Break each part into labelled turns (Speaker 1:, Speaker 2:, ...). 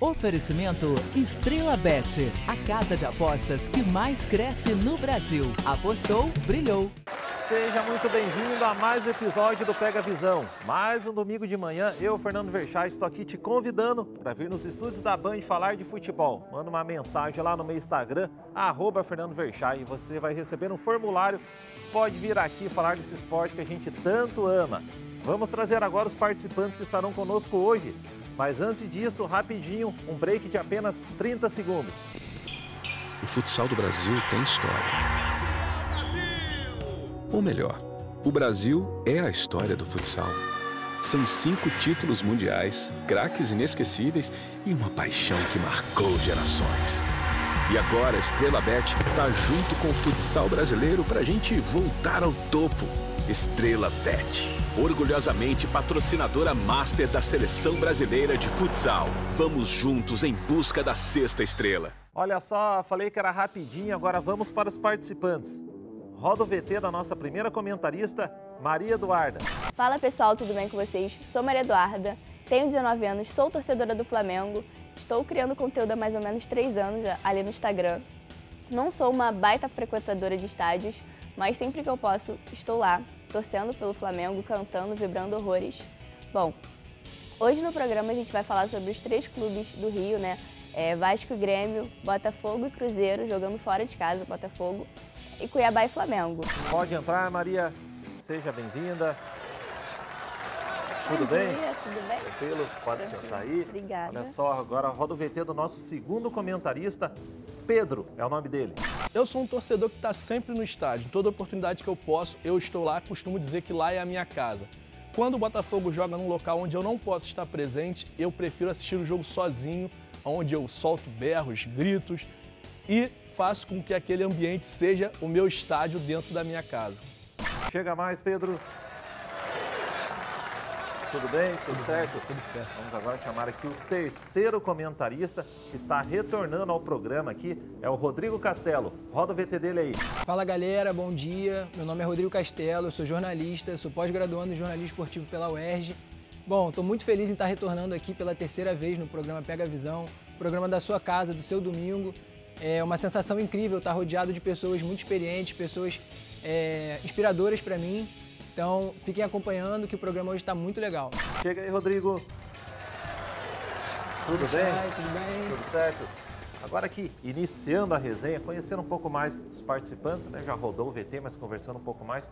Speaker 1: Oferecimento Estrela Bet, a casa de apostas que mais cresce no Brasil. Apostou, brilhou.
Speaker 2: Seja muito bem-vindo a mais um episódio do Pega Visão. Mais um domingo de manhã, eu, Fernando Verchai, estou aqui te convidando para vir nos estúdios da Band falar de futebol. Manda uma mensagem lá no meu Instagram, arroba Fernando Verchai, e você vai receber um formulário. Pode vir aqui falar desse esporte que a gente tanto ama. Vamos trazer agora os participantes que estarão conosco hoje. Mas antes disso, rapidinho, um break de apenas 30 segundos.
Speaker 3: O futsal do Brasil tem história. Ou melhor, o Brasil é a história do futsal. São cinco títulos mundiais, craques inesquecíveis e uma paixão que marcou gerações. E agora a Estrela Bet está junto com o futsal brasileiro para a gente voltar ao topo. Estrela Bet, orgulhosamente patrocinadora master da seleção brasileira de futsal. Vamos juntos em busca da sexta estrela.
Speaker 2: Olha só, falei que era rapidinho, agora vamos para os participantes. Roda o VT da nossa primeira comentarista, Maria Eduarda.
Speaker 4: Fala pessoal, tudo bem com vocês? Sou Maria Eduarda, tenho 19 anos, sou torcedora do Flamengo, estou criando conteúdo há mais ou menos 3 anos ali no Instagram. Não sou uma baita frequentadora de estádios, mas sempre que eu posso, estou lá torcendo pelo Flamengo, cantando, vibrando horrores. Bom, hoje no programa a gente vai falar sobre os três clubes do Rio, né? É Vasco, Grêmio, Botafogo e Cruzeiro, jogando fora de casa, Botafogo, e Cuiabá e Flamengo.
Speaker 2: Pode entrar, Maria. Seja bem-vinda. Tudo
Speaker 4: Bom
Speaker 2: bem?
Speaker 4: dia, tudo bem?
Speaker 2: Tranquilo? Pode
Speaker 4: Tranquilo.
Speaker 2: sentar aí.
Speaker 4: Obrigada.
Speaker 2: Olha só, agora roda o VT do nosso segundo comentarista, Pedro, é o nome dele.
Speaker 5: Eu sou um torcedor que está sempre no estádio. Toda oportunidade que eu posso, eu estou lá. Costumo dizer que lá é a minha casa. Quando o Botafogo joga num local onde eu não posso estar presente, eu prefiro assistir o jogo sozinho, onde eu solto berros, gritos e faço com que aquele ambiente seja o meu estádio dentro da minha casa.
Speaker 2: Chega mais, Pedro. Tudo bem? Tudo, certo?
Speaker 5: Tudo certo.
Speaker 2: Vamos agora chamar aqui o terceiro comentarista que está retornando ao programa aqui, é o Rodrigo Castelo. Roda o VT dele aí.
Speaker 6: Fala galera, bom dia. Meu nome é Rodrigo Castelo, eu sou jornalista, sou pós-graduando em jornalismo esportivo pela UERJ. Bom, estou muito feliz em estar retornando aqui pela terceira vez no programa Pega Visão, programa da sua casa, do seu domingo. É uma sensação incrível estar rodeado de pessoas muito experientes, pessoas é, inspiradoras para mim. Então, fiquem acompanhando que o programa hoje está muito legal.
Speaker 2: Chega aí, Rodrigo. Tudo bem?
Speaker 6: Ai, tudo bem?
Speaker 2: Tudo certo? Agora aqui, iniciando a resenha, conhecendo um pouco mais dos participantes, né? Já rodou o VT, mas conversando um pouco mais.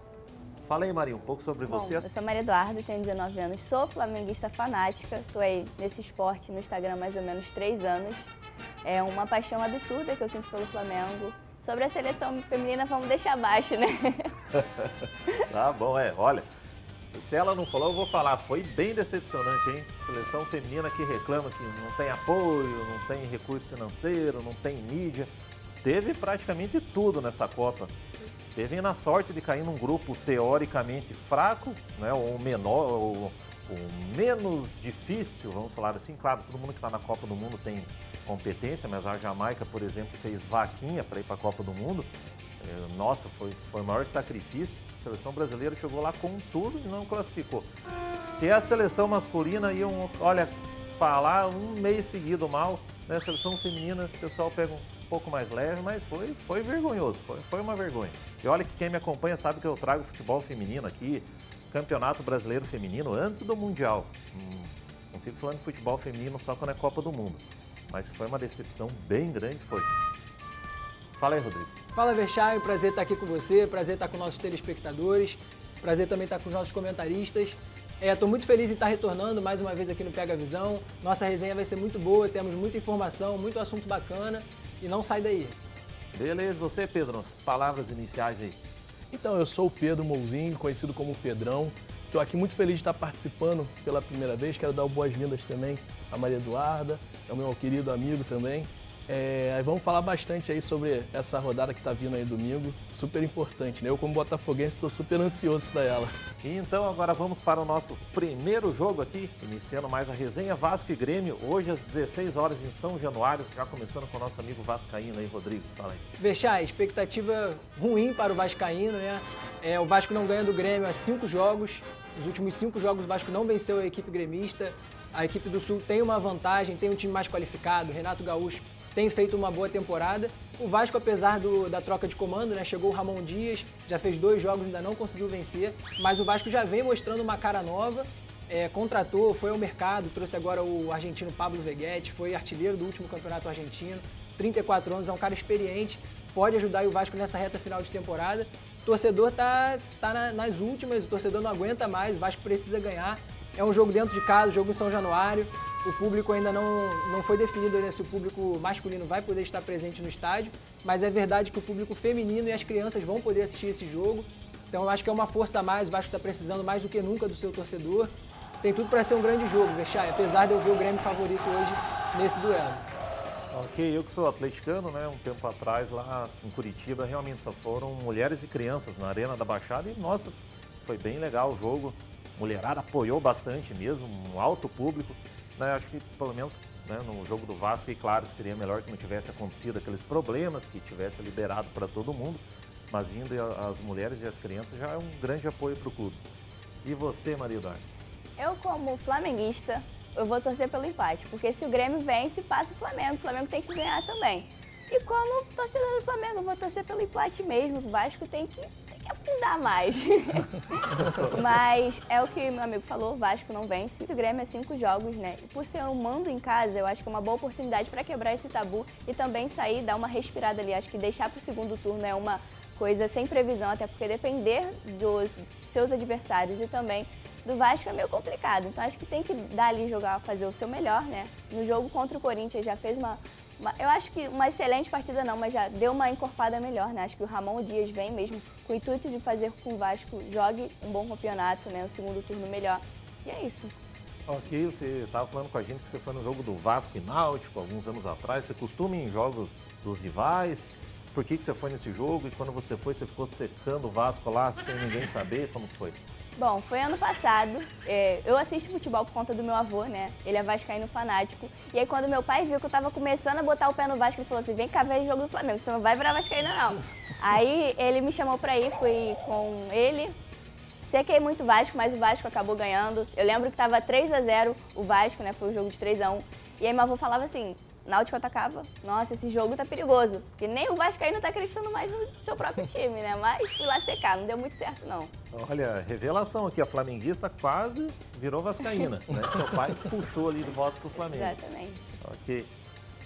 Speaker 2: Fala aí, Maria, um pouco sobre
Speaker 4: Bom,
Speaker 2: você.
Speaker 4: eu sou Maria Eduarda, tenho 19 anos, sou flamenguista fanática, estou aí nesse esporte no Instagram há mais ou menos 3 anos. É uma paixão absurda que eu sinto pelo Flamengo. Sobre a seleção feminina, vamos deixar abaixo, né?
Speaker 2: Tá bom, é. Olha, se ela não falou, eu vou falar. Foi bem decepcionante, hein? Seleção feminina que reclama que não tem apoio, não tem recurso financeiro, não tem mídia. Teve praticamente tudo nessa Copa. Teve na sorte de cair num grupo teoricamente fraco, né? Ou menor, ou, ou menos difícil, vamos falar assim. Claro, todo mundo que está na Copa do Mundo tem competência, mas a Jamaica, por exemplo, fez vaquinha para ir para a Copa do Mundo. Eh, Nossa, foi, foi o maior sacrifício. A seleção brasileira chegou lá com tudo e não classificou. Se a seleção masculina iam, olha, falar um mês seguido mal, né? A seleção feminina, o pessoal pega um, pouco mais leve, mas foi, foi vergonhoso, foi, foi uma vergonha. E olha que quem me acompanha sabe que eu trago futebol feminino aqui, campeonato brasileiro feminino antes do Mundial. Hum, não fico falando de futebol feminino só quando é Copa do Mundo. Mas foi uma decepção bem grande, foi. Fala aí, Rodrigo.
Speaker 6: Fala, Verchai, prazer estar aqui com você, prazer estar com nossos telespectadores, prazer também estar com os nossos comentaristas. Estou É, muito feliz em estar retornando mais uma vez aqui no Pega Visão. Nossa resenha vai ser muito boa, temos muita informação, muito assunto bacana e não sai daí.
Speaker 2: Beleza, você, Pedro, as palavras iniciais aí.
Speaker 5: Então, eu sou o Pedro Mouzinho, conhecido como Pedrão. Estou aqui muito feliz de estar participando pela primeira vez. Quero dar boas-vindas também à Maria Eduarda, é o meu querido amigo também. É, aí vamos falar bastante aí sobre essa rodada que está vindo aí domingo, super importante, né? Eu como botafoguense estou super ansioso para ela.
Speaker 2: E então agora vamos para o nosso primeiro jogo aqui, iniciando mais a resenha Vasco e Grêmio, hoje às 16 horas em São Januário, já começando com o nosso amigo Vascaíno aí, Rodrigo, fala aí.
Speaker 6: Verchai, expectativa ruim para o Vascaíno, né? É, o Vasco não ganha do Grêmio há cinco jogos, nos últimos cinco jogos o Vasco não venceu a equipe gremista, a equipe do Sul tem uma vantagem, tem um time mais qualificado, Renato Gaúcho tem feito uma boa temporada. O Vasco, apesar do- da troca de comando, né, chegou o Ramon Dias, já fez dois jogos, ainda não conseguiu vencer, mas o Vasco já vem mostrando uma cara nova, é, contratou, foi ao mercado, trouxe agora o argentino Pablo Veguete, foi artilheiro do último campeonato argentino, 34 anos, é um cara experiente, pode ajudar aí o Vasco nessa reta final de temporada. O torcedor tá, tá na- nas últimas, o torcedor não aguenta mais, o Vasco precisa ganhar, é um jogo dentro de casa, jogo em São Januário. O público ainda não, não foi definido né, se o público masculino vai poder estar presente no estádio, mas é verdade que o público feminino e as crianças vão poder assistir esse jogo. Então eu acho que é uma força a mais, o Vasco está precisando mais do que nunca do seu torcedor. Tem tudo para ser um grande jogo, Vexai, apesar de eu ver o Grêmio favorito hoje nesse duelo.
Speaker 2: Ok, eu que sou atleticano, né? Um tempo atrás lá em Curitiba, realmente só foram mulheres e crianças na Arena da Baixada e, nossa, foi bem legal o jogo. Mulherada apoiou bastante mesmo, um alto público. Né? Acho que pelo menos né, no jogo do Vasco, e claro que seria melhor que não tivesse acontecido aqueles problemas, que tivesse liberado para todo mundo, mas vindo a- as mulheres e as crianças já é um grande apoio para o clube. E você, Maria Eduarda?
Speaker 4: Eu, como flamenguista, eu vou torcer pelo empate, porque se o Grêmio vence, passa o Flamengo. O Flamengo tem que ganhar também. E como torcedor do Flamengo, eu vou torcer pelo empate mesmo. O Vasco tem que, tem que afundar mais. Mas é o que meu amigo falou, o Vasco não vence. O Grêmio é cinco jogos, né? E por ser um mando em casa, eu acho que é uma boa oportunidade para quebrar esse tabu e também sair, dar uma respirada ali. Acho que deixar para o segundo turno é uma coisa sem previsão, até porque depender dos seus adversários e também do Vasco é meio complicado. Então acho que tem que dar ali jogar, fazer o seu melhor, né? No jogo contra o Corinthians já fez uma, uma- eu acho que uma excelente partida não, mas já deu uma encorpada melhor, né? Acho que o Ramon Dias vem mesmo com o intuito de fazer com que o Vasco jogue um bom campeonato, né? Um segundo turno melhor. E é isso.
Speaker 2: Ok, você estava falando com a gente que você foi no jogo do Vasco e Náutico alguns anos atrás. Você costuma ir em jogos dos rivais? Por que, que você foi nesse jogo? E quando você foi, você ficou secando o Vasco lá sem ninguém saber? Como que foi?
Speaker 4: Bom, foi ano passado. É, eu assisto futebol por conta do meu avô, né? Ele é vascaíno fanático. E aí quando meu pai viu que eu tava começando a botar o pé no Vasco, ele falou assim, vem cá ver o jogo do Flamengo, você não vai virar vascaíno não. Aí ele me chamou pra ir, fui com ele. Sequei muito o Vasco, mas o Vasco acabou ganhando. Eu lembro que tava 3 a 0 o Vasco, né? Foi um jogo de 3 a 1 E aí meu avô falava assim, Náutico atacava, nossa, esse jogo tá perigoso. Porque nem o Vascaíno tá acreditando mais no seu próprio time, né? Mas fui lá secar, não deu muito certo não.
Speaker 2: Olha, revelação aqui. A flamenguista quase virou vascaína. né? Seu pai puxou ali de volta pro Flamengo.
Speaker 4: Exatamente.
Speaker 2: Ok.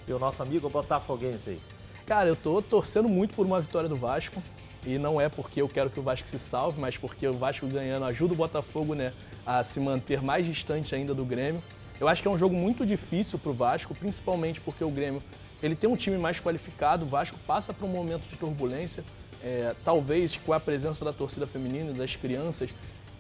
Speaker 2: E o nosso amigo botafoguense aí?
Speaker 5: Cara, eu tô torcendo muito por uma vitória do Vasco. E não é porque eu quero que o Vasco se salve, mas porque o Vasco ganhando ajuda o Botafogo né, a se manter mais distante ainda do Grêmio. Eu acho que é um jogo muito difícil pro Vasco, principalmente porque o Grêmio ele tem um time mais qualificado, o Vasco passa por um momento de turbulência. É, talvez com a presença da torcida feminina, e das crianças,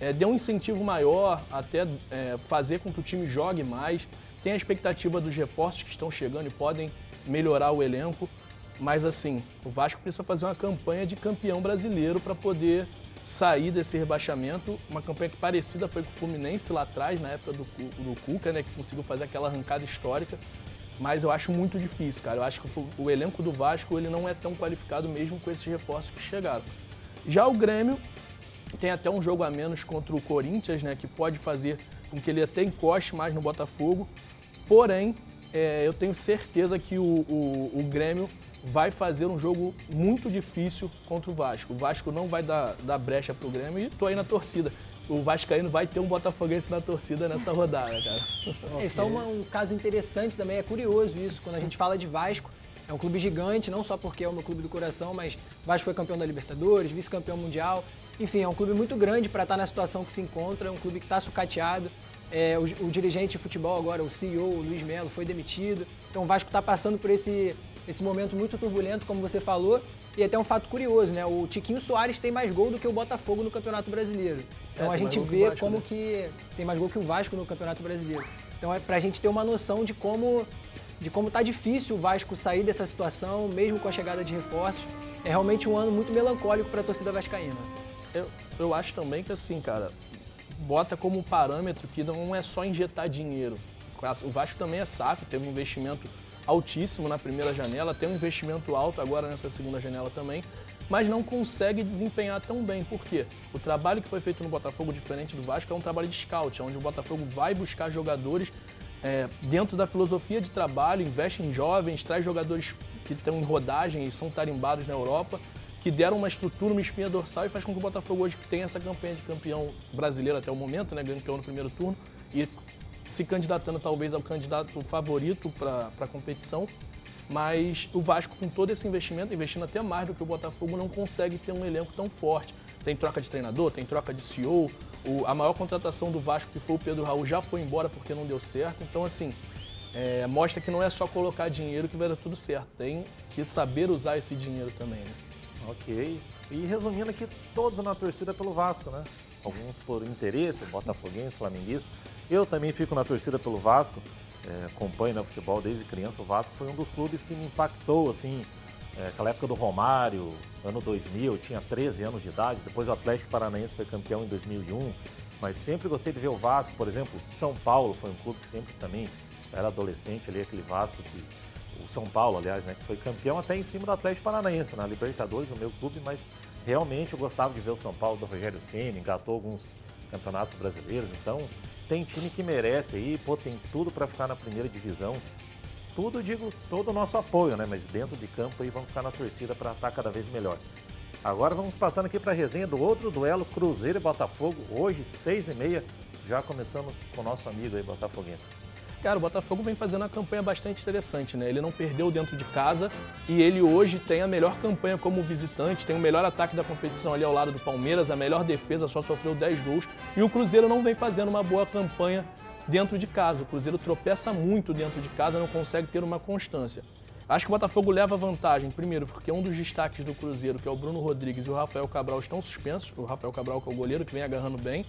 Speaker 5: é, dê um incentivo maior, até é, fazer com que o time jogue mais. Tem a expectativa dos reforços que estão chegando e podem melhorar o elenco. Mas assim, o Vasco precisa fazer uma campanha de campeão brasileiro para poder sair desse rebaixamento. Uma campanha que parecida foi com o Fluminense lá atrás, na época do, Cu- do Cuca, né, que conseguiu fazer aquela arrancada histórica. Mas eu acho muito difícil, cara. Eu acho que o, Flu- o elenco do Vasco ele não é tão qualificado mesmo com esses reforços que chegaram. Já o Grêmio, tem até um jogo a menos contra o Corinthians, né? Que pode fazer com que ele até encoste mais no Botafogo. Porém, é, eu tenho certeza que o, o- o Grêmio vai fazer um jogo muito difícil contra o Vasco. O Vasco não vai dar, dar brecha pro Grêmio e tô aí na torcida. O Vascaíno vai ter um Botafoguense na torcida nessa rodada, cara.
Speaker 6: É, isso é uma- um caso interessante também, é curioso isso, quando a gente fala de Vasco, é um clube gigante, não só porque é o meu clube do coração, mas Vasco foi campeão da Libertadores, vice-campeão mundial, enfim, é um clube muito grande para estar na situação que se encontra, é um clube que está sucateado, é, o, o dirigente de futebol agora, o CEO, o Luiz Melo, foi demitido, então o Vasco está passando por esse, esse momento muito turbulento, como você falou, e até um fato curioso, né? O Tiquinho Soares tem mais gol do que o Botafogo no Campeonato Brasileiro. Então a
Speaker 5: É, tem mais
Speaker 6: gente
Speaker 5: gol que o
Speaker 6: vê
Speaker 5: Vasco,
Speaker 6: como
Speaker 5: né?
Speaker 6: que tem mais gol que o Vasco no Campeonato Brasileiro. Então é pra gente ter uma noção de como de como tá difícil o Vasco sair dessa situação, mesmo com a chegada de reforços. É realmente um ano muito melancólico para a torcida vascaína.
Speaker 5: Eu, eu acho também que assim, cara, bota como um parâmetro que não é só injetar dinheiro. O Vasco também é SAF, teve um investimento altíssimo na primeira janela, tem um investimento alto agora nessa segunda janela também, mas não consegue desempenhar tão bem. Por quê? O trabalho que foi feito no Botafogo, diferente do Vasco, é um trabalho de scout, onde o Botafogo vai buscar jogadores é, dentro da filosofia de trabalho, investe em jovens, traz jogadores que estão em rodagem e são tarimbados na Europa, que deram uma estrutura, uma espinha dorsal e faz com que o Botafogo hoje, que tem essa campanha de campeão brasileiro até o momento, né, campeão no primeiro turno, e se candidatando talvez ao candidato favorito para a competição, mas o Vasco, com todo esse investimento, investindo até mais do que o Botafogo, não consegue ter um elenco tão forte. Tem troca de treinador, tem troca de CEO. o- a maior contratação do Vasco, que foi o Pedro Raul, já foi embora porque não deu certo. Então, assim, é, mostra que não é só colocar dinheiro que vai dar tudo certo. Tem que saber usar esse dinheiro também, né?
Speaker 2: Ok. E resumindo aqui, todos na torcida pelo Vasco, né? Alguns por interesse, botafoguense, flamenguista. Eu também fico na torcida pelo Vasco, é, acompanho né, o futebol desde criança. O Vasco foi um dos clubes que me impactou, assim, é, aquela época do Romário, ano 2000, eu tinha 13 anos de idade. Depois o Atlético Paranaense foi campeão em 2001. Mas sempre gostei de ver o Vasco, por exemplo, São Paulo foi um clube que sempre também eu era adolescente ali, aquele Vasco que o São Paulo, aliás, né, que foi campeão até em cima do Atlético Paranaense, na Libertadores, o meu clube, mas realmente eu gostava de ver o São Paulo do Rogério Ceni, engatou alguns campeonatos brasileiros, então tem time que merece aí, pô, tem tudo para ficar na primeira divisão. Tudo, digo, todo o nosso apoio, né, mas dentro de campo aí vamos ficar na torcida para estar cada vez melhor. Agora vamos passando aqui para a resenha do outro duelo, Cruzeiro e Botafogo, hoje, seis e meia, já começando com o nosso amigo aí, botafoguense.
Speaker 5: Cara, o Botafogo vem fazendo uma campanha bastante interessante, né? Ele não perdeu dentro de casa e ele hoje tem a melhor campanha como visitante, tem o melhor ataque da competição ali ao lado do Palmeiras, a melhor defesa, só sofreu 10 gols. E o Cruzeiro não vem fazendo uma boa campanha dentro de casa. O Cruzeiro tropeça muito dentro de casa, não consegue ter uma constância. Acho que o Botafogo leva vantagem, primeiro, porque um dos destaques do Cruzeiro, que é o Bruno Rodrigues e o Rafael Cabral, estão suspensos. O Rafael Cabral, que é o goleiro, que vem agarrando bem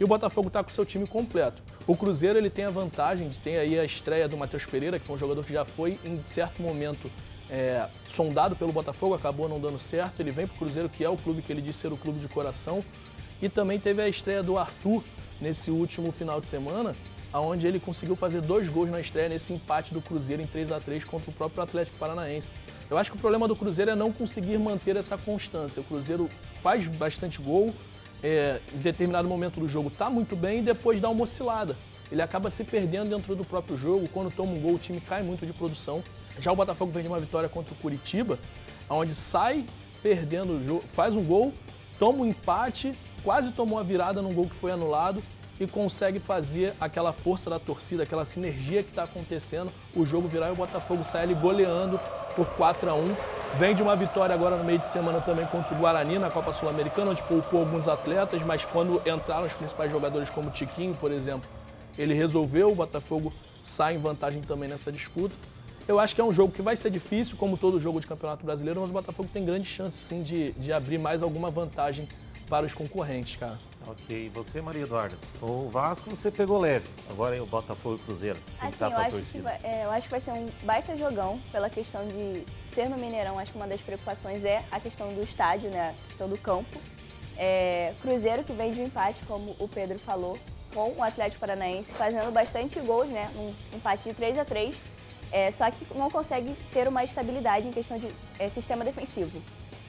Speaker 5: e o Botafogo está com seu time completo. O Cruzeiro ele tem a vantagem de ter aí a estreia do Matheus Pereira, que foi um jogador que já foi em certo momento é, sondado pelo Botafogo, acabou não dando certo. Ele vem para o Cruzeiro, que é o clube que ele diz ser o clube de coração. E também teve a estreia do Arthur nesse último final de semana, onde ele conseguiu fazer dois gols na estreia nesse empate do Cruzeiro em 3 a 3 contra o próprio Atlético Paranaense. Eu acho que o problema do Cruzeiro é não conseguir manter essa constância. O Cruzeiro faz bastante gol, é, em determinado momento do jogo está muito bem e depois dá uma oscilada. Ele acaba se perdendo dentro do próprio jogo. Quando toma um gol, o time cai muito de produção. Já o Botafogo vem de uma vitória contra o Curitiba, onde sai perdendo o jogo, faz um gol, toma um empate, quase tomou a virada num gol que foi anulado e consegue fazer aquela força da torcida, aquela sinergia que está acontecendo, o jogo virar e o Botafogo sai ali goleando por 4 a 1 Vem de uma vitória agora no meio de semana também contra o Guarani na Copa Sul-Americana, onde poupou alguns atletas, mas quando entraram os principais jogadores como o Tiquinho, por exemplo, ele resolveu, o Botafogo sai em vantagem também nessa disputa. Eu acho que é um jogo que vai ser difícil, como todo jogo de Campeonato Brasileiro, mas o Botafogo tem grande chance sim de, de abrir mais alguma vantagem para os concorrentes, cara.
Speaker 2: Ok, e você, Maria Eduarda? O Vasco você pegou leve. Agora hein, o Botafogo e o Cruzeiro. Tem que
Speaker 4: Assim,
Speaker 2: dar
Speaker 4: eu
Speaker 2: pra
Speaker 4: acho, que
Speaker 2: torcida.
Speaker 4: vai, é, eu acho que vai ser um baita jogão pela questão de ser no Mineirão. Acho que uma das preocupações é a questão do estádio, né? A questão do campo. É, Cruzeiro que vem de um empate, como o Pedro falou, com o Atlético Paranaense, fazendo bastante gols, né? Um empate de 3 a 3 é, só que não consegue ter uma estabilidade em questão de é, sistema defensivo.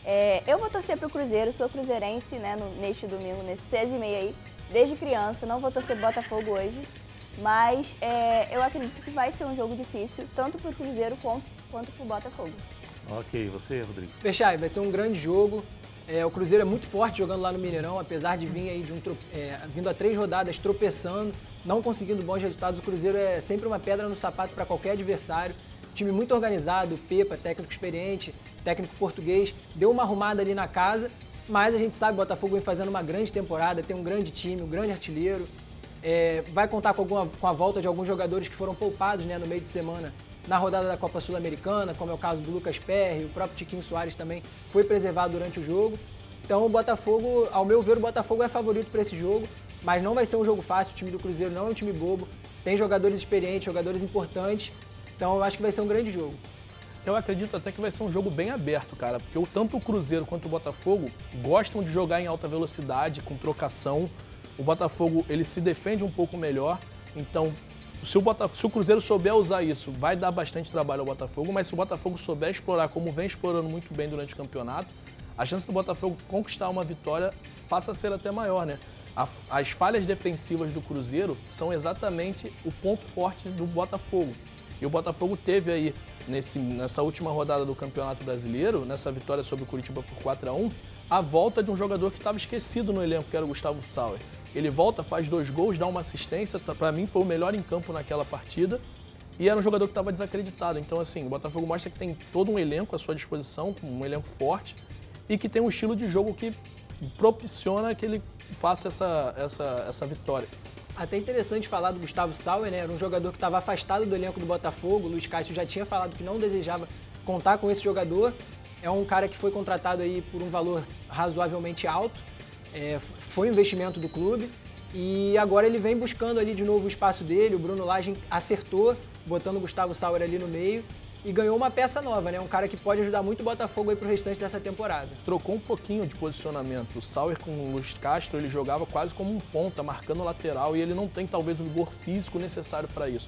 Speaker 4: É, eu vou torcer pro Cruzeiro, sou cruzeirense, né, no- neste domingo, nesse 6 e meia aí, desde criança, não vou torcer pro Botafogo hoje, mas é, eu acredito que vai ser um jogo difícil, tanto pro Cruzeiro quanto, quanto pro Botafogo.
Speaker 2: Ok, você, Rodrigo.
Speaker 6: Fechai, vai ser um grande jogo. É, o Cruzeiro é muito forte jogando lá no Mineirão, apesar de vir aí de um tro- é, vindo a três rodadas tropeçando, não conseguindo bons resultados. O Cruzeiro é sempre uma pedra no sapato para qualquer adversário. Time muito organizado, Pepa, técnico experiente, técnico português, deu uma arrumada ali na casa, mas a gente sabe o Botafogo vem fazendo uma grande temporada, tem um grande time, um grande artilheiro. É, vai contar com, alguma- com a volta de alguns jogadores que foram poupados né, no meio de semana na rodada da Copa Sul-Americana, como é o caso do Lucas Perry, o próprio Tiquinho Soares também foi preservado durante o jogo. Então o Botafogo, ao meu ver, o Botafogo é favorito para esse jogo, mas não vai ser um jogo fácil. O time do Cruzeiro não é um time bobo, tem jogadores experientes, jogadores importantes. Então eu acho que vai ser um grande jogo.
Speaker 5: Eu acredito até que vai ser um jogo bem aberto, cara, porque o- tanto o Cruzeiro quanto o Botafogo gostam de jogar em alta velocidade, com trocação. O Botafogo ele se defende um pouco melhor, então se o, Bota- se o Cruzeiro souber usar isso, vai dar bastante trabalho ao Botafogo, mas se o Botafogo souber explorar como vem explorando muito bem durante o campeonato, a chance do Botafogo conquistar uma vitória passa a ser até maior, né? A- as falhas defensivas do Cruzeiro são exatamente o ponto forte do Botafogo. E o Botafogo teve aí, nesse- nessa última rodada do Campeonato Brasileiro, nessa vitória sobre o Curitiba por 4 a 1 a volta de um jogador que estava esquecido no elenco, que era o Gustavo Sauer. Ele volta, faz dois gols, dá uma assistência, para mim foi o melhor em campo naquela partida. E era um jogador que estava desacreditado. Então, assim, o Botafogo mostra que tem todo um elenco à sua disposição, um elenco forte, e que tem um estilo de jogo que propiciona que ele faça essa, essa, essa vitória.
Speaker 6: Até interessante falar do Gustavo Sauer, né? Era um jogador que estava afastado do elenco do Botafogo. O Luiz Castro já tinha falado que não desejava contar com esse jogador. É um cara que foi contratado aí por um valor razoavelmente alto. É, foi um investimento do clube. E agora ele vem buscando ali de novo o espaço dele. O Bruno Lage acertou, botando o Gustavo Sauer ali no meio. E ganhou uma peça nova, né? Um cara que pode ajudar muito o Botafogo aí pro restante dessa temporada.
Speaker 5: trocou um pouquinho de posicionamento. O Sauer com o Luiz Castro, ele jogava quase como um ponta, marcando o lateral, e ele não tem talvez o vigor físico necessário para isso.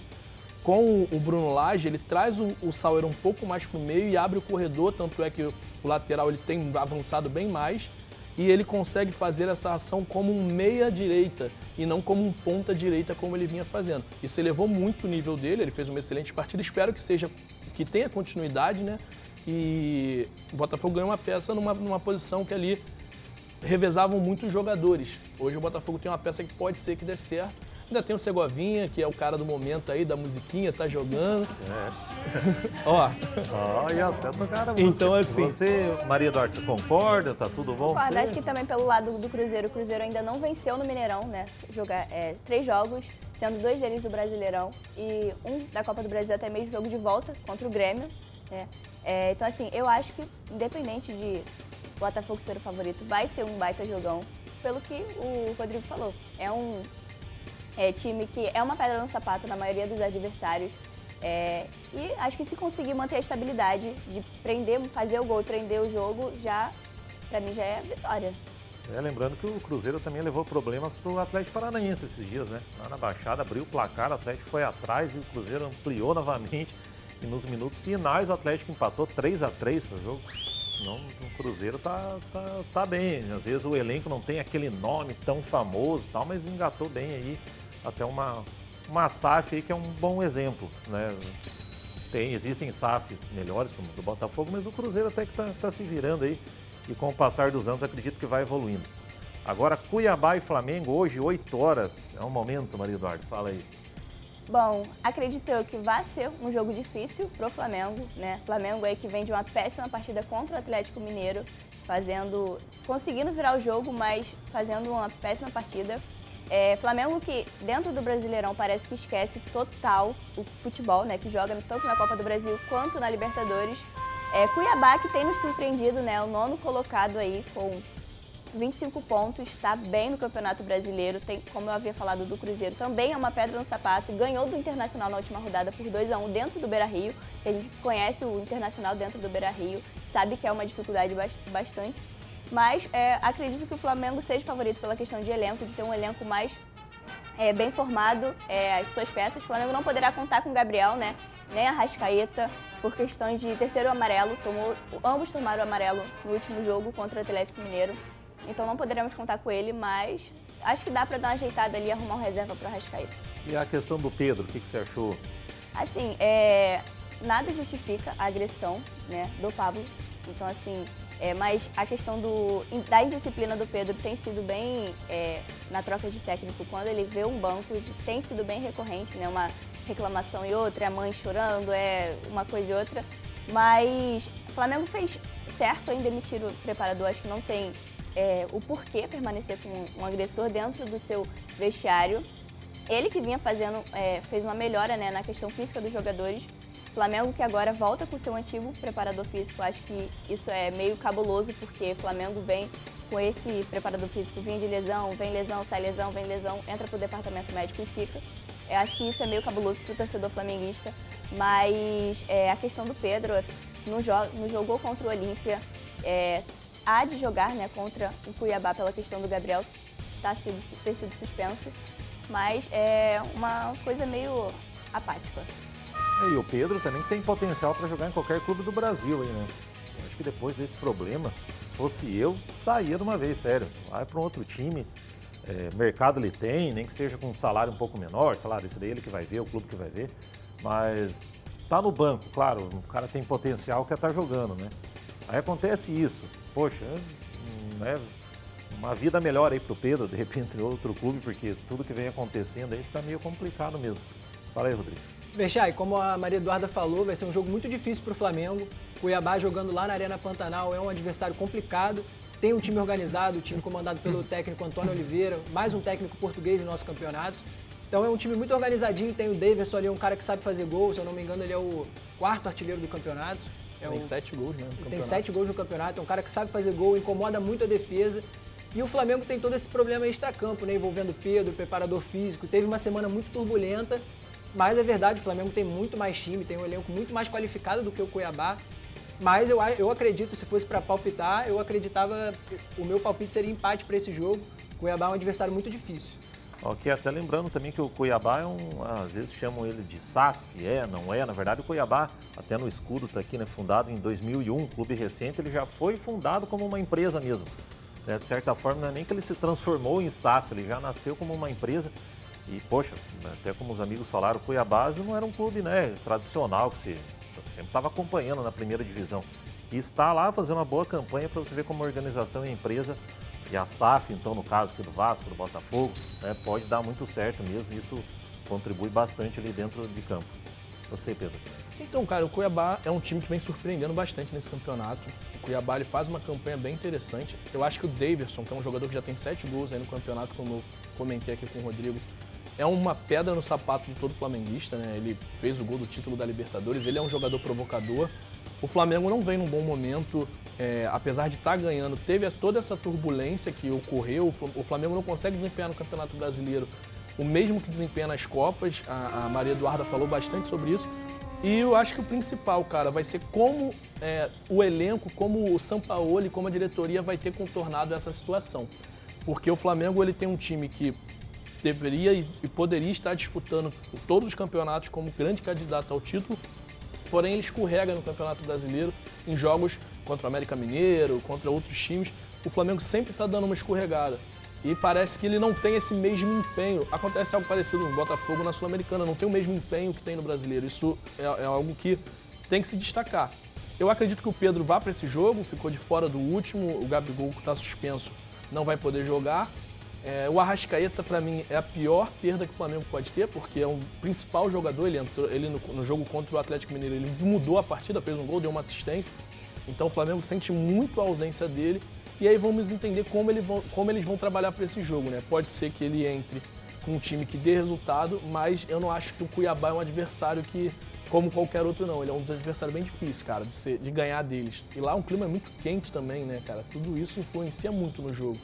Speaker 5: Com o- o Bruno Lage, ele traz o, o Sauer um pouco mais para o meio e abre o corredor, tanto é que o lateral ele tem avançado bem mais, e ele consegue fazer essa ação como um meia-direita e não como um ponta-direita como ele vinha fazendo. Isso elevou muito o nível dele, ele fez uma excelente partida, espero que seja que tenha continuidade, né? E o Botafogo ganhou uma peça numa, numa posição que ali revezavam muitos jogadores. Hoje o Botafogo tem uma peça que pode ser que dê certo. Ainda tem o Segovinha, que é o cara do momento aí, da musiquinha, tá jogando.
Speaker 2: É,
Speaker 5: Ó.
Speaker 2: Olha, até tocaram a música.
Speaker 5: Então, assim-
Speaker 2: Você, Maria Eduardo, você concorda? Tá tudo bom?
Speaker 4: Concordo, acho
Speaker 2: Você-
Speaker 4: que também pelo lado do Cruzeiro, o Cruzeiro ainda não venceu no Mineirão, né? Jogar é, três jogos, sendo dois deles do Brasileirão e um da Copa do Brasil até mesmo jogo de volta contra o Grêmio. né? É, então assim, eu acho que independente de o Botafogo ser o favorito, vai ser um baita jogão, pelo que o Rodrigo falou. É um é, time que é uma pedra no sapato na maioria dos adversários. É, e acho que se conseguir manter a estabilidade de prender, fazer o gol e prender o jogo, já Pra mim já é vitória.
Speaker 2: É, lembrando que o Cruzeiro também levou problemas pro Atlético Paranaense esses dias, né? Lá na Baixada abriu o placar, o Atlético foi atrás e o Cruzeiro ampliou novamente. E nos minutos finais o Atlético empatou 3 a 3 pro jogo. Não, o Cruzeiro tá, tá, tá bem. Às vezes o elenco não tem aquele nome tão famoso e tal, mas engatou bem aí. Até uma, uma SAF aí que é um bom exemplo, né? Tem, existem SAFs melhores, como o do Botafogo, mas o Cruzeiro até que está se virando aí. E com o passar dos anos, acredito que vai evoluindo. Agora, Cuiabá e Flamengo, hoje, 8 horas. É um momento, Maria Eduardo, fala aí.
Speaker 4: Bom, acredito eu que vai ser um jogo difícil pro Flamengo, né? Flamengo aí que vem de uma péssima partida contra o Atlético Mineiro, fazendo, conseguindo virar o jogo, mas fazendo uma péssima partida. É, Flamengo que dentro do Brasileirão parece que esquece total o futebol, né? Que joga tanto na Copa do Brasil quanto na Libertadores. É, Cuiabá que tem nos surpreendido, né? O nono colocado aí com 25 pontos, está bem no Campeonato Brasileiro. Tem, como eu havia falado do Cruzeiro, também é uma pedra no sapato. Ganhou do Internacional na última rodada por 2 a 1 dentro do Beira Rio. A gente conhece o Internacional dentro do Beira Rio, sabe que é uma dificuldade bas- bastante. Mas é, acredito que o Flamengo seja favorito pela questão de elenco, de ter um elenco mais é, bem formado é, as suas peças. O Flamengo não poderá contar com o Gabriel, né? Nem a Rascaeta, por questões de terceiro amarelo. Tomou, ambos tomaram amarelo no último jogo contra o Atlético Mineiro. Então não poderemos contar com ele, mas acho que dá pra dar uma ajeitada ali e arrumar uma reserva para Rascaeta.
Speaker 2: E a questão do Pedro, o que, que você achou?
Speaker 4: Assim, é, nada justifica a agressão né, do Pablo. Então, assim, é, mas a questão do, da indisciplina do Pedro tem sido bem, é, na troca de técnico, quando ele vê um banco, tem sido bem recorrente, né? Uma reclamação e outra, é a mãe chorando, é uma coisa e outra. Mas o Flamengo fez certo em demitir o preparador, acho que não tem é, o porquê permanecer com um, um agressor dentro do seu vestiário. Ele que vinha fazendo, é, fez uma melhora né, na questão física dos jogadores. Flamengo que agora volta com seu antigo preparador físico. Acho que isso é meio cabuloso, porque Flamengo vem com esse preparador físico, vinha de lesão, vem lesão, sai lesão, vem lesão, entra pro departamento médico e fica. Eu acho que isso é meio cabuloso pro torcedor flamenguista. Mas é, a questão do Pedro, não, jo- não jogou contra o Olímpia, é, há de jogar né, contra o Cuiabá pela questão do Gabriel tá sido, ter sido suspenso, mas é uma coisa meio apática.
Speaker 2: É, E o Pedro também tem potencial para jogar em qualquer clube do Brasil, hein, né? Eu Acho que depois desse problema, se fosse eu, saía de uma vez, sério. Vai para um outro time. É, mercado ele tem, nem que seja com um salário um pouco menor, salário esse daí ele que vai ver, o clube que vai ver. Mas tá no banco, claro, o cara tem potencial que tá jogando, né? Aí acontece isso. Poxa, né? Uma vida melhor aí pro Pedro, de repente, em outro clube, porque tudo que vem acontecendo aí fica meio complicado mesmo. Fala aí, Rodrigo.
Speaker 6: Bechai, como a Maria Eduarda falou, vai ser um jogo muito difícil para o Flamengo. Cuiabá jogando lá na Arena Pantanal é um adversário complicado. Tem um time organizado, um time comandado pelo técnico Antônio Oliveira, mais um técnico português do nosso campeonato. Então é um time muito organizadinho, tem o Davidson ali, um cara que sabe fazer gols, se eu não me engano ele é o quarto artilheiro do campeonato. É
Speaker 5: Tem
Speaker 6: um-
Speaker 5: sete gols, né? no
Speaker 6: tem
Speaker 5: campeonato.
Speaker 6: sete gols no campeonato, é um cara que sabe fazer gol, incomoda muito a defesa. E o Flamengo tem todo esse problema extra-campo, né? Envolvendo Pedro, preparador físico. Teve uma semana muito turbulenta, mas é verdade, o Flamengo tem muito mais time, tem um elenco muito mais qualificado do que o Cuiabá. Mas eu, a- eu acredito, se fosse para palpitar, eu acreditava. O meu palpite seria empate para esse jogo. O Cuiabá é um adversário muito difícil.
Speaker 2: Ok, até lembrando também que o Cuiabá é um. Às vezes chamam ele de SAF, é, não é. Na verdade, o Cuiabá, até no escudo está aqui, né? Fundado em 2001, clube recente, ele já foi fundado como uma empresa mesmo. né, De certa forma, não é nem que ele se transformou em SAF, ele já nasceu como uma empresa. E, poxa, até como os amigos falaram, o Cuiabá não era um clube né, tradicional, que você sempre estava acompanhando na primeira divisão. E está lá fazendo uma boa campanha para você ver como a organização e a empresa e a SAF, então, no caso aqui do Vasco, do Botafogo, né, pode dar muito certo mesmo. Isso contribui bastante ali dentro de campo. Você, Pedro.
Speaker 5: Então, cara, o Cuiabá é um time que vem surpreendendo bastante nesse campeonato. O Cuiabá ele faz uma campanha bem interessante. Eu acho que o Davidson, que é um jogador que já tem sete gols aí no campeonato, como eu comentei aqui com o Rodrigo, é uma pedra no sapato de todo flamenguista, né? Ele fez o gol do título da Libertadores, ele é um jogador provocador. O Flamengo não vem num bom momento, é, apesar de estar ganhando, teve as- toda essa turbulência que ocorreu. O Fla- O Flamengo não consegue desempenhar no Campeonato Brasileiro o mesmo que desempenha nas Copas. A, a Maria Eduarda falou bastante sobre isso. E eu acho que o principal, cara, vai ser como é, o elenco, como o Sampaoli, como a diretoria vai ter contornado essa situação. Porque o Flamengo ele tem um time que deveria e e poderia estar disputando todos os campeonatos como grande candidato ao título, porém ele escorrega no Campeonato Brasileiro em jogos contra o América Mineiro, contra outros times. O Flamengo sempre está dando uma escorregada. E parece que ele não tem esse mesmo empenho. Acontece algo parecido no Botafogo na Sul-Americana, não tem o mesmo empenho que tem no brasileiro. Isso é, é algo que tem que se destacar. Eu acredito que o Pedro vá para esse jogo, ficou de fora do último, o Gabigol que está suspenso não vai poder jogar. É, o Arrascaeta, para mim, é a pior perda que o Flamengo pode ter, porque é o principal jogador. Ele entrou ele no, no jogo contra o Atlético Mineiro, ele mudou a partida, fez um gol, deu uma assistência. Então o Flamengo sente muito a ausência dele. E aí vamos entender como, ele vão- como eles vão trabalhar para esse jogo. Né? Pode ser que ele entre com um time que dê resultado, mas eu não acho que o Cuiabá é um adversário que, como qualquer outro, não. Ele é um adversário bem difícil, cara, de, ser- de ganhar deles. E lá o clima é muito quente também, né, cara? Tudo isso influencia muito no jogo.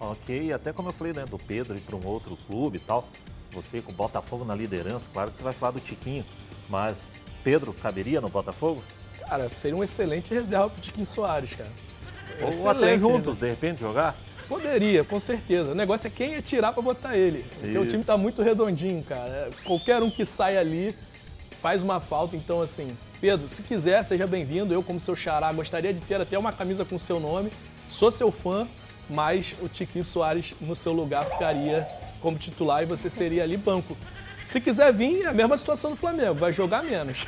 Speaker 2: Ok, até como eu falei, né, do Pedro ir para um outro clube e tal. Você com o Botafogo na liderança, claro que você vai falar do Tiquinho, mas Pedro caberia no Botafogo?
Speaker 5: Cara, seria um excelente reserva pro Tiquinho Soares, cara.
Speaker 2: Ou até
Speaker 5: Excelente
Speaker 2: juntos,
Speaker 5: reserva.
Speaker 2: de repente, jogar?
Speaker 5: Poderia, com certeza. O negócio é quem ia tirar pra botar ele. Porque o
Speaker 2: Isso.
Speaker 5: time tá muito redondinho, cara. É, Qualquer um que sai ali faz uma falta. Então, assim, Pedro, se quiser, seja bem-vindo. Eu, como seu xará, gostaria de ter até uma camisa com seu nome. Sou seu fã, mas o Tiquinho Soares no seu lugar ficaria como titular e você seria ali banco. Se quiser vir, é a mesma situação do Flamengo, vai jogar menos.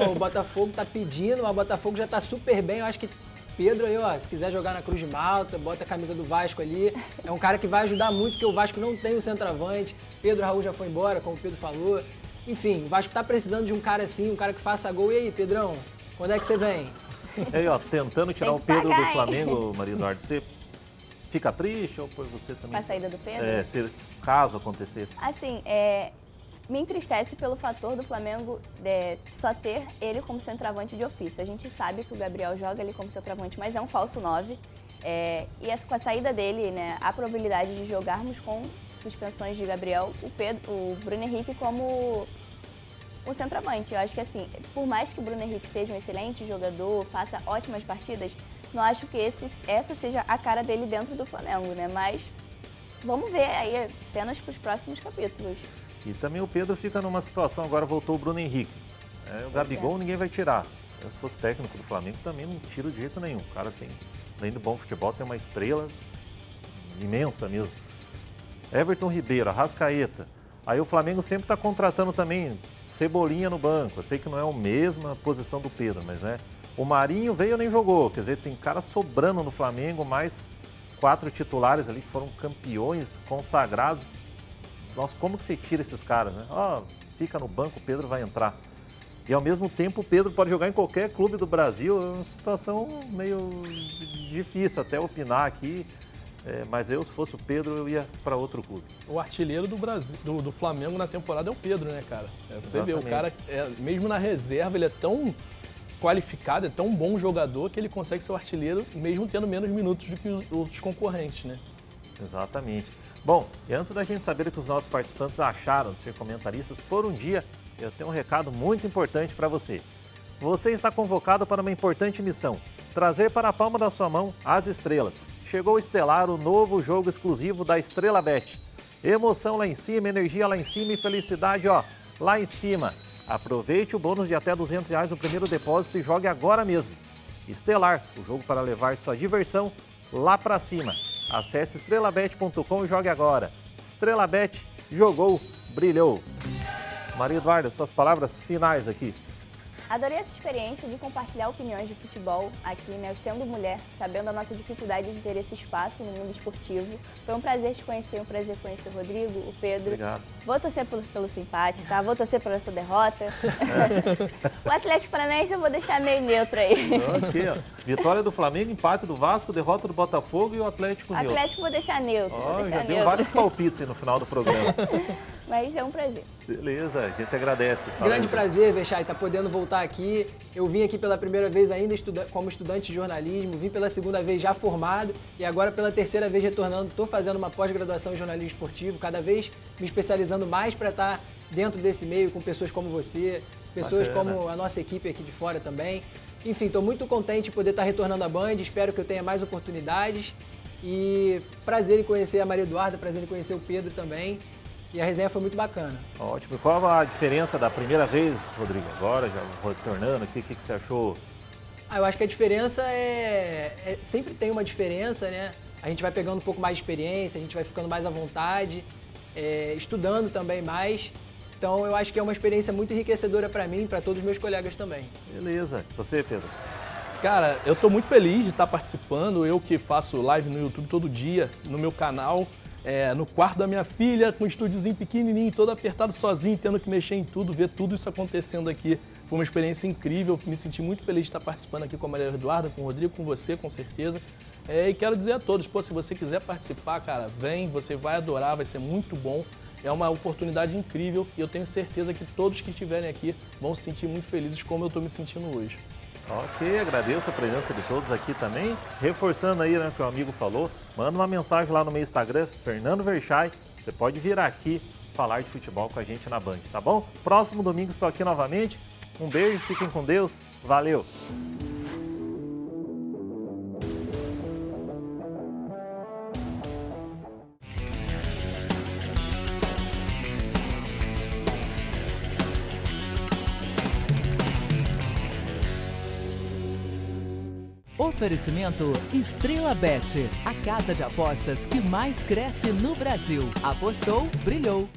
Speaker 6: Ó, o Botafogo tá pedindo, mas o Botafogo já tá super bem. Eu acho que Pedro aí, ó, se quiser jogar na Cruz de Malta, bota a camisa do Vasco ali. É um cara que vai ajudar muito, porque o Vasco não tem o centroavante. Pedro Raul já foi embora, como o Pedro falou. Enfim, o Vasco tá precisando de um cara assim, um cara que faça gol. E aí, Pedrão, quando é que você vem?
Speaker 2: E aí, ó, tentando tirar
Speaker 6: Tem
Speaker 2: o
Speaker 6: que
Speaker 2: Pedro do
Speaker 6: pagar, hein?
Speaker 2: Flamengo, Maria Eduardo, você fica triste ou pois você também.
Speaker 4: Com a saída do Pedro?
Speaker 2: É, se caso acontecesse.
Speaker 4: Assim, é, me entristece pelo fator do Flamengo é, só ter ele como centroavante de ofício. A gente sabe que o Gabriel joga ele como centroavante, mas é um falso 9. É, e essa- com a saída dele, né, a probabilidade de jogarmos com suspensões de Gabriel, o, Pedro, o Bruno Henrique como o centroavante. Eu acho que assim, por mais que o Bruno Henrique seja um excelente jogador, faça ótimas partidas, não acho que esse, essa seja a cara dele dentro do Flamengo, né? Mas vamos ver aí cenas para os próximos capítulos.
Speaker 2: E também o Pedro fica numa situação, agora voltou o Bruno Henrique. É, o Gabigol ninguém vai tirar. Eu, se fosse técnico do Flamengo, também não tiro de jeito nenhum. O cara tem, além do bom futebol, tem uma estrela imensa mesmo. Everton Ribeiro, Arrascaeta. Aí o Flamengo sempre está contratando também Cebolinha no banco. Eu sei que não é a mesma posição do Pedro, mas né? O Marinho veio e nem jogou. Quer dizer, tem cara sobrando no Flamengo, mais quatro titulares ali que foram campeões consagrados. Nossa, como que você tira esses caras, né? Ó, fica no banco, o Pedro vai entrar. E ao mesmo tempo o Pedro pode jogar em qualquer clube do Brasil. É uma situação meio difícil até opinar aqui. É, mas eu, se fosse o Pedro, eu ia para outro clube.
Speaker 5: O artilheiro do, Brasil, do, do Flamengo na temporada é o Pedro, né, cara? É, você vê, o
Speaker 2: Exatamente.
Speaker 5: cara, é, mesmo na reserva, ele é tão qualificado, é tão bom jogador que ele consegue ser o artilheiro mesmo tendo menos minutos do que os outros concorrentes, né?
Speaker 2: Exatamente. Bom, e antes da gente saber o que os nossos participantes acharam de ser comentaristas por um dia, eu tenho um recado muito importante para você. Você está convocado para uma importante missão: trazer para a palma da sua mão as estrelas. Chegou o Estelar, o novo jogo exclusivo da Estrela Bet. Emoção lá em cima, energia lá em cima e felicidade, ó, lá em cima. Aproveite o bônus de até R$ 200 reais no primeiro depósito e jogue agora mesmo. Estelar, o jogo para levar sua diversão lá pra cima. Acesse estrelabet.com e jogue agora. Estrelabet jogou, brilhou. Maria Eduarda, suas palavras finais aqui.
Speaker 4: Adorei essa experiência de compartilhar opiniões de futebol aqui, né? Eu Sendo mulher, sabendo a nossa dificuldade de ter esse espaço no mundo esportivo. Foi um prazer te conhecer, um prazer conhecer o Rodrigo, o Pedro.
Speaker 2: Obrigado.
Speaker 4: Vou torcer pelo, pelo seu empate, tá? Vou torcer pela sua derrota. o Atlético Paranaense eu vou deixar meio neutro aí.
Speaker 2: Aqui, ó. Vitória do Flamengo, empate do Vasco, derrota do Botafogo e o Atlético
Speaker 4: O
Speaker 2: Rio.
Speaker 4: Atlético eu vou deixar neutro, vou
Speaker 2: Ó, já
Speaker 4: deixar
Speaker 2: deu
Speaker 4: neutro.
Speaker 2: vários palpites aí no final do programa.
Speaker 4: Mas é um prazer.
Speaker 2: Beleza, a gente agradece. Fala
Speaker 6: Grande
Speaker 2: aí.
Speaker 6: prazer, Vechai, tá podendo voltar aqui. Eu vim aqui pela primeira vez ainda estuda- como estudante de jornalismo, vim pela segunda vez já formado e agora pela terceira vez retornando. Tô fazendo uma pós-graduação em jornalismo esportivo, cada vez me especializando mais para estar dentro desse meio com pessoas como você, pessoas
Speaker 7: Bacana.
Speaker 6: como a nossa equipe aqui de fora também. Enfim, estou muito contente de poder estar retornando à Band, espero que eu tenha mais oportunidades. E prazer em conhecer a Maria Eduarda, prazer em conhecer o Pedro também. E a resenha foi muito bacana.
Speaker 2: Ótimo. E qual a diferença da primeira vez, Rodrigo? Agora, já retornando aqui, o que, que você achou?
Speaker 6: Ah, eu acho que a diferença é, é- Sempre tem uma diferença, né? A gente vai pegando um pouco mais de experiência, a gente vai ficando mais à vontade, é, estudando também mais. Então eu acho que é uma experiência muito enriquecedora para mim e para todos os meus colegas também.
Speaker 2: Beleza. Você, Pedro?
Speaker 5: Cara, eu tô muito feliz de estar participando. Eu que faço live no YouTube todo dia, no meu canal, é, no quarto da minha filha, com um estúdiozinho pequenininho, todo apertado sozinho, tendo que mexer em tudo, ver tudo isso acontecendo aqui. Foi uma experiência incrível. Me senti muito feliz de estar participando aqui com a Maria Eduarda, com o Rodrigo, com você, com certeza. É, e quero dizer a todos, pô, se você quiser participar, cara, vem, você vai adorar, vai ser muito bom. É uma oportunidade incrível e eu tenho certeza que todos que estiverem aqui vão se sentir muito felizes como eu tô me sentindo hoje.
Speaker 2: Ok, agradeço a presença de todos aqui também. Reforçando aí né, o que o amigo falou, manda uma mensagem lá no meu Instagram, Fernando Verchai. Você pode vir aqui falar de futebol com a gente na Band, tá bom? Próximo domingo estou aqui novamente. Um beijo, fiquem com Deus. Valeu!
Speaker 1: Oferecimento Estrela Bet, a casa de apostas que mais cresce no Brasil. Apostou, brilhou.